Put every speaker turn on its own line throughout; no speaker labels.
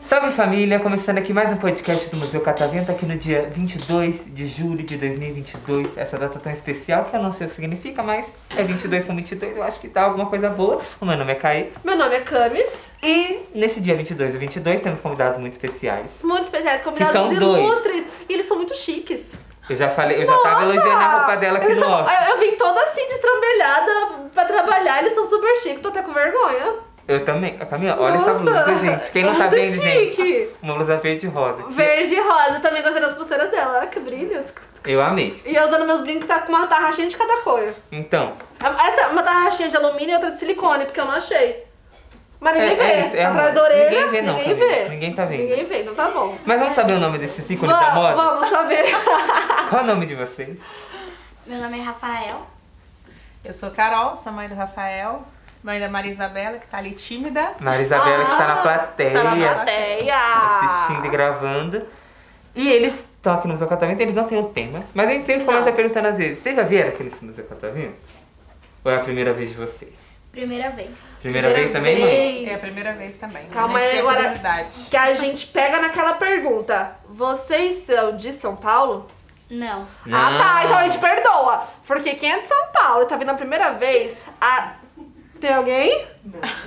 Salve família, começando aqui mais um podcast do Museu Catavento, aqui no dia 22 de julho de 2022, essa data tão especial que eu não sei o que significa, mas é 22 com 22, eu acho que tá alguma coisa boa. O meu nome é Caí
Meu nome é Camis.
e nesse dia 22 e 22 temos convidados muito especiais.
Muito especiais, convidados
são dois.
ilustres. E eles são muito chiques.
Eu já falei, eu já tava elogiando a roupa dela aqui
Eles
no
são-
off.
Eu, eu vim toda assim, destrambelhada pra trabalhar. Eles são super chiques. Tô até com vergonha.
Eu também. Camila, olha essa
Nossa!
blusa, gente. Quem não tá
Muito
vendo, gente?
chique!
Uma blusa verde e rosa. que
Verde e rosa. Também gostei das pulseiras dela. Olha que brilho.
Eu amei.
E eu usando meus brincos tá com uma tarraxinha de cada cor.
Então,
Essa é uma tarraxinha de alumínio e outra de silicone, porque eu não achei. Mas ninguém
É-
vê. tá
é isso, é
Atrás da
arrumado.
orelha,
Ninguém vê, não,
Ninguém
Camila.
vê.
Ninguém tá vendo. tá
Ninguém vê, então tá bom.
mas vamos saber o nome desses ícones da
Vamos,
moda?
vamos saber.
Qual é o nome de vocês?
Meu nome é Rafael.
Eu sou Carol, sou mãe do Rafael, mãe da Maria Isabela, que tá ali tímida.
Maria Isabela, que está na plateia.
Tá na plateia.
assistindo e gravando. E eles estão aqui no Museu Catavento, eles não têm um tema. Mas a gente sempre começa perguntando às vezes, vocês já vieram aqui nesse Museu Catavento? Ou é a primeira vez de vocês?
Primeira vez.
Primeira, vez também, mãe?
É a primeira vez também.
Calma
A gente
aí,
tem
agora-
curiosidade.
Que a gente pega naquela pergunta. Vocês são de São Paulo?
Não.
Ah,
Não.
tá. Então a gente perdoa. Porque quem é de São Paulo e tá vindo a primeira vez, a... tem alguém?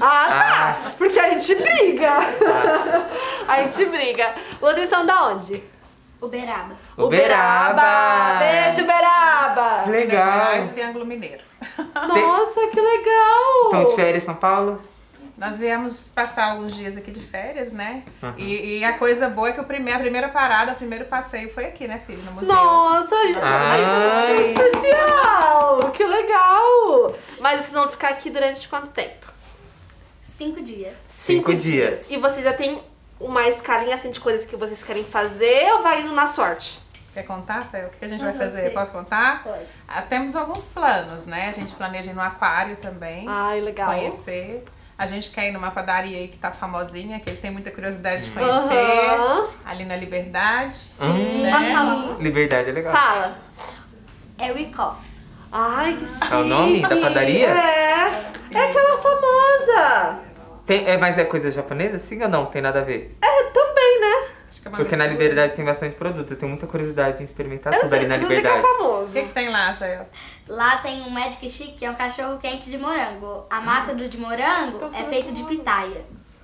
Ah, tá. Porque a gente briga.
Ah.
a gente briga. Vocês são da onde?
Uberaba.
Uberaba!
Beijo,
Que
Uberaba!
Minas
legal!
Gerais, Triângulo Mineiro.
Nossa, que legal!
Estão Então, de férias em São Paulo?
Nós viemos passar alguns dias aqui de férias, né?
Uhum.
E, e a coisa boa é que o prime- a primeira parada, o primeiro passeio foi aqui, né, filho? No museu.
Nossa, gente,
é Ai.
que especial! Que legal! Mas vocês vão ficar aqui durante quanto tempo?
Cinco dias.
Cinco dias.
E vocês já tem uma escalinha assim de coisas que vocês querem fazer ou vai indo na sorte?
Quer contar, Fé? O que a gente
Ah,
vai fazer?
sei.
Posso contar?
Pode.
Ah, temos alguns planos, né? A gente planeja ir no aquário também.
Ai, Ah, legal.
conhecer. A gente quer ir numa padaria aí que tá famosinha, que ele tem muita curiosidade de conhecer.
Aham.
Ali na Liberdade.
Ah.
Sim.
Né?
Posso falar?
Liberdade é legal.
Fala.
É o Icoff.
Ai, que chique.
É o nome da padaria?
É. É aquela famosa.
Tem- é, mas é coisa japonesa? Sim ou não? Tem nada a ver?
É, também, né?
Acho que é uma
Porque na
mistura.
Liberdade tem bastante produto. Eu tenho muita curiosidade em experimentar
Eu não
tudo
sei,
ali na
não sei que é
Liberdade.
O
famoso.
que, que tem lá, Théo?
Lá tem um Magic Chic, que é um cachorro quente de morango. A massa do de morango é feita de pitaia.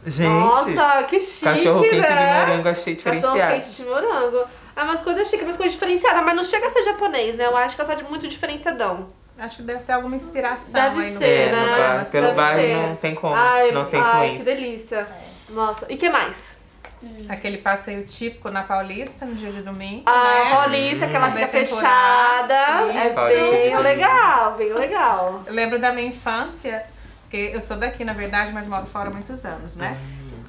Gente,
Nossa, que chique,
cachorro quente
né?
de morango achei diferenciado.
Cachorro quente de morango. É umas coisas chiques, umas coisas diferenciadas, mas não chega a ser japonês, né? Eu acho que é só de- muito diferenciadão.
Acho que deve ter alguma inspiração
Deve
aí no
ser,
É, no
né?
bar-
programa,
pelo
Deve
bar
ser.
não tem como,
Ai,
não tem
ai, que
influência.
delícia. Nossa, e que mais?
Aquele passeio típico na Paulista, no dia de domingo,
A
né?
Ah, Paulista, aquela
Bem
fica
temporada.
fechada.
Isso.
É bem
Paulista.
legal, bem legal.
Eu lembro da minha infância, porque eu sou daqui, na verdade, mas moro fora há muitos anos, né?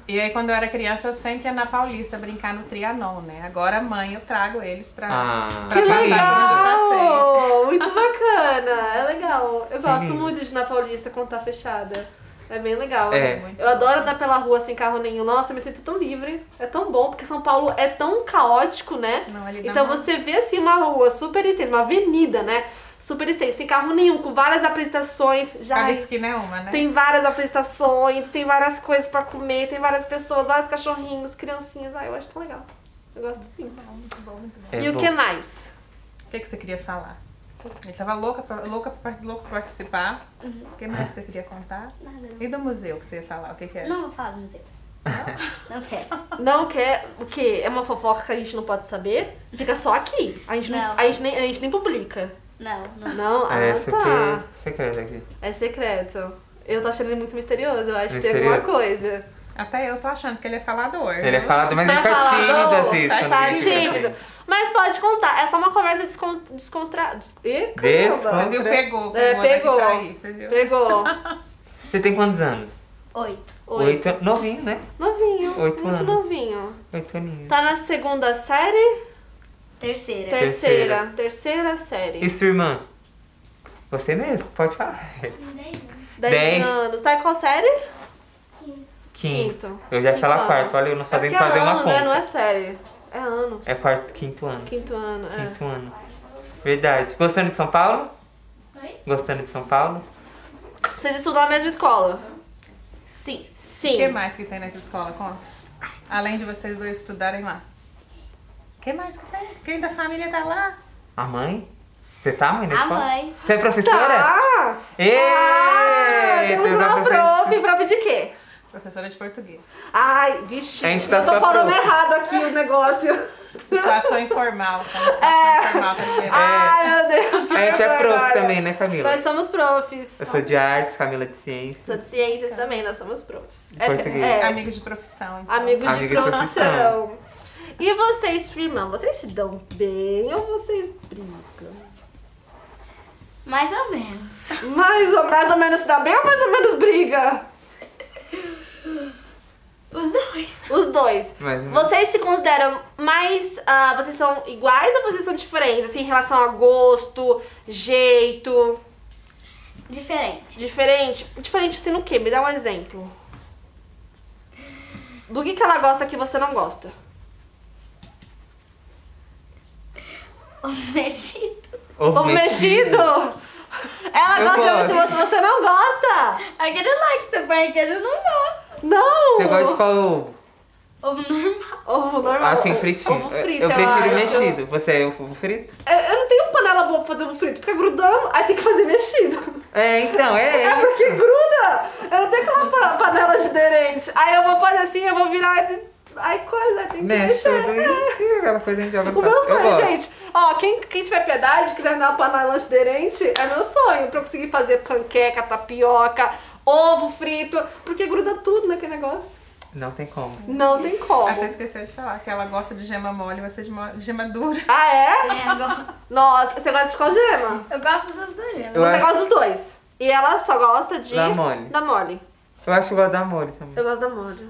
E aí, quando eu era criança, eu sempre ia na Paulista brincar no Trianon, né? Agora, mãe, eu trago eles pra...
Ah,
Que
Pra passar por onde eu
legal! Muito bacana, é legal. Eu gosto
lindo.
muito de ir na Paulista quando tá fechada. É bem legal.
É.
Eu adoro andar pela rua sem carro nenhum. Nossa, eu me sinto tão livre. É tão bom, porque São Paulo é tão caótico, né?
Não, ali dá
Então
uma-
você vê assim uma rua super extensa, uma avenida, né? Super extensa, sem carro nenhum, com várias apresentações. Já
Cada esquina é uma, né?
tem várias apresentações, tem várias coisas pra comer, tem várias pessoas, vários cachorrinhos, criancinhas. Ai, eu acho tão legal. Eu gosto muito.
Muito bom, muito bom.
é
e o
bom.
que mais?
O que, que você queria falar? Ele tava louca pra, louca pra, louco pra participar.
Uhum.
O que mais que você queria contar?
Nada.
E do museu que você ia falar? O que, que é?
Não vou falar do museu. Não quero.
Não quer o quê? É uma fofoca que a gente não pode saber? Fica só aqui. A gente, não,
Não.
a gente, nem, a gente nem publica.
Não, não.
Não?
É,
ah,
isso
tá.
aqui é secreto aqui.
É secreto. Eu tô achando ele muito misterioso. Eu acho que tem
Misterioso.
alguma coisa.
Até eu tô achando que ele é falador.
Ele é
viu?
falado, mas
Você
ele
vai
tá
falar,
tímido
"Não,
às vezes.
tá
quando
Tá
ele fica
tímido.
assim.
Mas pode contar. É só uma conversa descon... descontra... Des... Ih, caramba.
Você viu? Pegou.
É,
pegou. daqui
pegou.
pra aí, você viu?
Pegou.
Você tem quantos anos?
Oito.
Oito.
Oito. Novinho, né?
Novinho.
Oito
muito
anos.
novinho.
Oito aninhos.
Tá na segunda série?
Terceira.
Terceira.
Terceira.
Terceira série.
E sua irmã? Você mesmo? Pode falar.
Dez,
Dez.
anos. Tá em qual série?
Quinto.
Quinto.
Eu já ia
Quinto
falar
ano.
quarto. Olha, eu não
É
fazendo
porque é
fazer uma
ano, né? Não
conta.
é série. É ano.
É quarto, quinto ano.
Quinto ano, é.
Quinto ano. Verdade. Gostando de São Paulo?
Oi?
Gostando de São Paulo?
Vocês estudam na mesma escola?
Sim.
O que
Sim.
mais que tem nessa escola, conta? Além de vocês dois estudarem lá. O que mais que tem? Quem da família tá lá?
A mãe? Você tá, mãe, na
A
escola?
mãe.
Você é professora?
Tá!
Ê, Então, é
Ah, temos
temos uma
uma prof, prof de quê?
Professora de português.
Ai, vixe,
A gente tá
eu tô
só
falando
prof. É.
errado aqui o negócio.
Situação informal. Tá uma situação
É.
informal pra dizer.
Ai, meu Deus, que
A gente é
vergonha
prof
agora.
também, né, Camila?
Nós somos profs.
Eu sou de artes, Camila de ciências.
Sou de ciências também, nós somos profs.
Português.
É, é,
Amigos de profissão. então.
amigos de
Amigos de
profissão. E vocês, irmã, vocês se dão bem ou vocês brincam?
Mais ou menos.
Mais ou, mais ou menos se dá bem ou mais ou menos briga?
Os dois.
Os dois.
Mais ou menos.
Vocês se consideram mais. ah, vocês são iguais ou vocês são diferentes? Assim, em relação a gosto, jeito.
Diferente.
Diferente? Diferente assim no quê? Me dá um exemplo. Do que, que ela gosta que você não gosta?
O mexido.
Ovo
Ovo mexido! Ela
Eu
gosta de ovo
gosto.
de você, você não gosta?
Aquele lá que você põe queijo eu não gosto.
Não!
Você gosta de qual ovo?
Ovo normal.
Ovo normal.
Ah, sim, fritinho.
Ovo frito,
eu prefiro
acho.
mexido. Você é ovo frito?
Eu, eu não tenho panela boa pra fazer ovo frito, fica grudando, aí tem que fazer mexido.
É, então, é,
É
isso.
porque gruda! Eu não tenho aquela pa- panela aderente. Aí eu vou fazer assim, eu vou virar. ele- Ai, coisa, tem que
Mexe
mexer. É,
tudo e e aquela coisa a gente joga no
O meu
prato. Eu
sonho,
gosto.
gente. Ó, quem, quem tiver piedade, quiser me dar uma panela aderente, é meu sonho. Pra eu conseguir fazer panqueca, tapioca, ovo frito. Porque gruda tudo naquele negócio.
Não tem como.
Não tem como.
Ah, você esqueceu de falar que ela gosta de gema mole e você de mo- gema dura.
Ah, é?
É, eu gosto.
Nossa, você gosta de qual gema?
Eu gosto dos dois.
Eu
você
acho-
gosta dos dois. E ela só gosta de.
Da mole.
Da mole.
Eu acho que eu gosto da mole também.
Eu gosto da mole.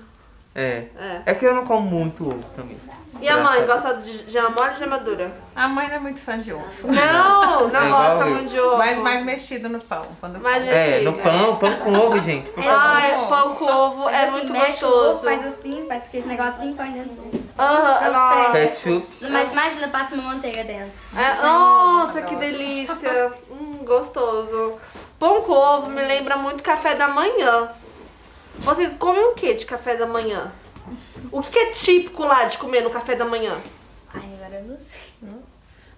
É.
É.
É que eu não como muito ovo também.
E a mãe,
Engraçado.
gosta de gema mole ou gema dura?
A mãe não é muito fã de ovo.
Não, não
É igual
gosta
eu.
muito de ovo.
Mas mais mexido no pão. Quando
Mais
come.
É, no
mexido.
pão, pão com ovo, gente.
É.
Por favor.
Ai, pão com ovo é
Assim,
muito
mexe o ovo,
gostoso.
Faz assim, faz aquele negocinho põe dentro.
Aham, nossa.
fecha.
Ketchup.
Mas imagina, passa uma manteiga dentro.
É, nossa, que delícia. Hum, gostoso. Pão com ovo me lembra muito café da manhã. Vocês comem o que de café da manhã? O que que é típico lá de comer no café da manhã?
Ai, agora eu não sei.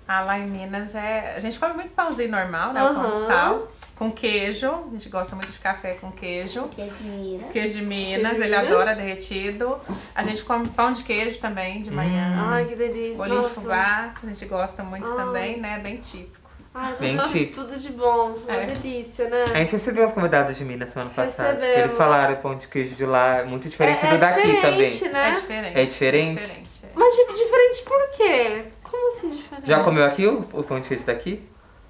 Ah, lá em Minas é. A gente come muito pãozinho normal, né? O pão de
Aham.
sal. Com queijo. A gente gosta muito de café com queijo.
Queijo é de mina.
Queijo de Minas,
de
ele
Minas.
adora derretido. A gente come pão de queijo também de manhã.
Hum.
Ai, que delícia.
Bolinho de
nossa.
fubá, a gente gosta muito também, né? Bem típico.
Ai,
Bem
tudo,
típico.
tudo de bom. Uma
É.
delícia,
A
né?
gente recebeu os convidados de Minas semana passada.
Recebemos.
Eles falaram que o pão de queijo de lá é muito diferente
é,
do daqui
diferente,
também.
né?
É diferente.
É diferente?
É diferente, é.
Mas di- diferente por quê? Como assim diferente?
Já comeu aqui o, o pão de queijo daqui?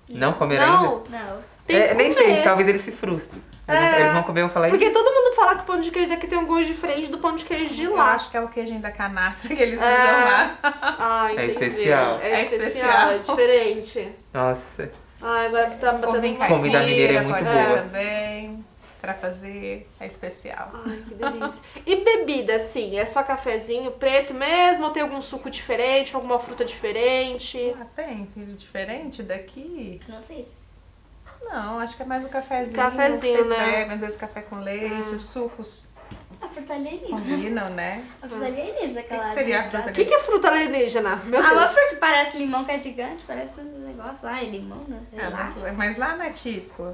Não comeram ainda?
Não,
Não.
tem
É,
que
nem
comer.
sei, talvez eles se frustrem. Eles não-
É.
Eles vão comer e vão falar isso.
Porque todo mundo fala que o pão de queijo daqui tem um gosto diferente do pão de queijo de
Eu
lá.
acho que é o queijinho da canastra que eles
É.
usam lá.
Ah, entendi.
especial.
É
É
especial, é
especial.
diferente.
Nossa,
Ah, agora que tá me
Ovo
batendo
em
uma-
Comida mineira é muito
pode ser
boa.
também, pra fazer, é especial.
Ai, que delícia. E bebida, assim, é só cafezinho preto mesmo? Ou tem algum suco diferente, alguma fruta diferente?
Ah, tem, tem diferente daqui?
Eu não sei.
Não, acho que é mais um cafezinho.
Cafezinho,
que vocês
né? Ah.
Bebem, às vezes café com leite, os sucos
A fruta alienígena.
combinam, né?
A fruta alienígena, aquela.
que seria a
do
fruta
O
Brasil.
que, que é fruta alienígena? Meu
Ah, uma
Deus.
fruta que parece limão que é gigante, parece um negócio. Ai, limão, né? Sei
Ah,
lá.
mas, mas lá não é típico, não.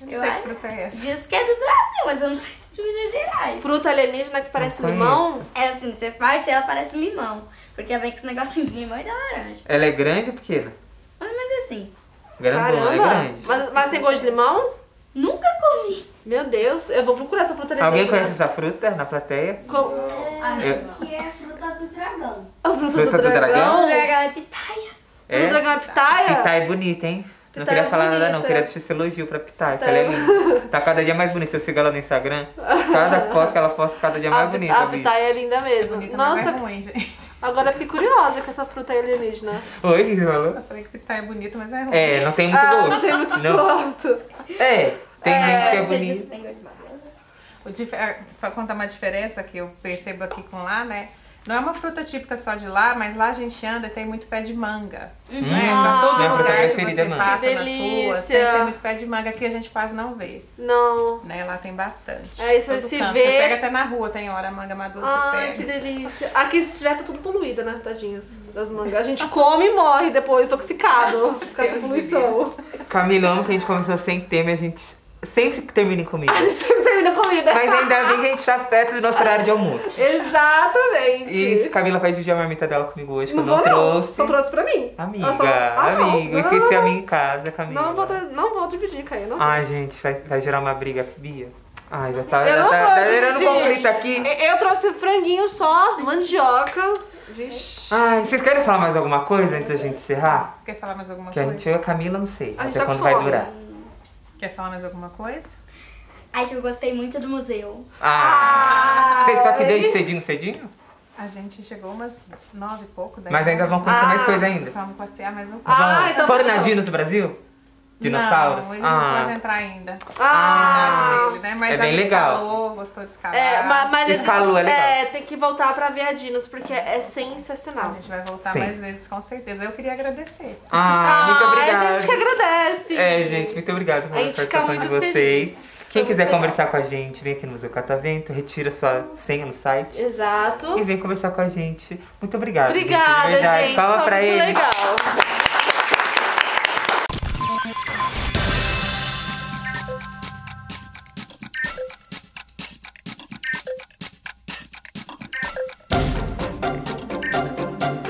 Eu não
Eu
sei que
acho-
fruta é essa.
Diz que é do Brasil, mas eu não sei se é de Minas Gerais.
Fruta alienígena que parece
Não
limão?
É assim, você parte ela parece limão. Porque vem com esse negocinho de limão e da laranja.
ela é grande ou pequena?
Mas, mas assim,
Grandona, é grande.
Mas, mas tem gosto de limão?
nunca comi.
Meu Deus, eu vou procurar essa fruta alienígena.
Alguém conhece essa fruta na plateia?
Com...
Acho
que é fruta do dragão.
A fruta,
Fruta
do
do
dragão?
dragão?
O dragão é pitaia.
Fruta do
É?
dragão é pitaia?
Pitá é bonita, hein?
Pitá
não
é
queria falar nada não,
bonita.
queria deixar esse elogio pra Pitá, que
Tá.
ela é linda. Tá cada dia mais bonita, eu sigo ela no Instagram. Cada foto que ela posta, cada dia
A,
mais
a
bonita, bicho.
pitaia é linda mesmo.
Bonita, mas é
Nossa,
ruim, gente.
agora eu fiquei curiosa com essa fruta alienígena.
Oi, o que você falou?
Eu falei que pitar é bonito, mas é ruim.
É, não tem muito
Ah,
gosto.
não tem muito
Não.
gosto.
É, tem gente que é
Você disse
bonita.
que tem gosto de magrela.
é, O dif- ah, Pra contar uma diferença que eu percebo aqui com lá, né? Não é uma fruta típica só de lá, mas lá a gente anda e tem muito pé de manga. Né?
Ah,
Pra todo
Hum, minha fruta
lugar que
preferida
você
é manga.
passa
Que
nas
delícia.
ruas, sempre tem muito pé de manga. Aqui a gente quase não vê,
Não.
né? Lá tem bastante.
É, isso
Todo
se
canto.
vê- Ah,
Você pega até na rua, tem hora a manga madura,
Ai,
você
que
pega.
delícia. Aqui, se estiver, tá tudo poluída, né, tadinhos das mangas. A gente come e morre depois, intoxicado com essa
Deus
poluição.
Camila, eu amo que a gente começou sem tema e a gente sempre termina em comida.
A gente sempre termina a comida.
Mas ainda bem que a gente tá perto do nosso horário de almoço.
Exatamente.
E Camila vai dividir a marmita dela comigo hoje, que
não
eu
vou,
não
não.
trouxe.
Só trouxe pra mim.
Amiga,
Ah, só- Ah, não.
amiga, eu
Não,
esqueci
não,
a
não.
minha em casa, Camila.
Não vou, trazer- não vou dividir, Caio. Não.
Ai, gente, vai, vai gerar uma briga aqui, Bia. Ai, já tá,
Eu
já
não
tá,
vou
tá gerando
dividir.
conflito aqui.
Eu eu trouxe franguinho só, mandioca. Vixe.
Ai, vocês querem falar mais alguma coisa antes da gente encerrar?
Quer falar mais alguma
Que a
coisa?
gente, eu e a Camila, não sei
A gente
até
tá com
quando vai
fome.
durar.
Quer falar mais alguma coisa?
Ai, que eu gostei muito do museu.
Ah!
Ah,
Vocês só que
aí.
desde cedinho, cedinho?
A gente chegou umas nove e pouco. dez
Mas ainda vão
horas.
conhecer mais
Ah.
coisa ainda.
Vamos passear mais um pouco.
Ah,
Vão.
então
Foram
fechou.
na Dinos do Brasil? Dinossauros?
Não, ele não pode
ah,
entrar ainda.
Ah.
Dele, né? Mas
É bem
ele
legal.
escalou, gostou de escalar.
É, ma- mas
Escalou, é legal.
tem que voltar pra ver a Dinos, porque é
A
sensacional.
gente vai voltar
Sim.
mais vezes, com certeza. Eu queria agradecer.
ah, muito obrigada.
a gente que agradece.
É, gente, muito obrigado
A
pela
gente fica
participação de
muito
vocês. Quem
Foi muito
quiser
legal.
conversar com a gente, vem aqui no Museu Catavento, retira sua senha no site
Exato.
e vem conversar com a gente. Muito obrigada. gente, de
Obrigada,
verdade.
gente.
Palma
Foi
pra
muito
eles.
legal.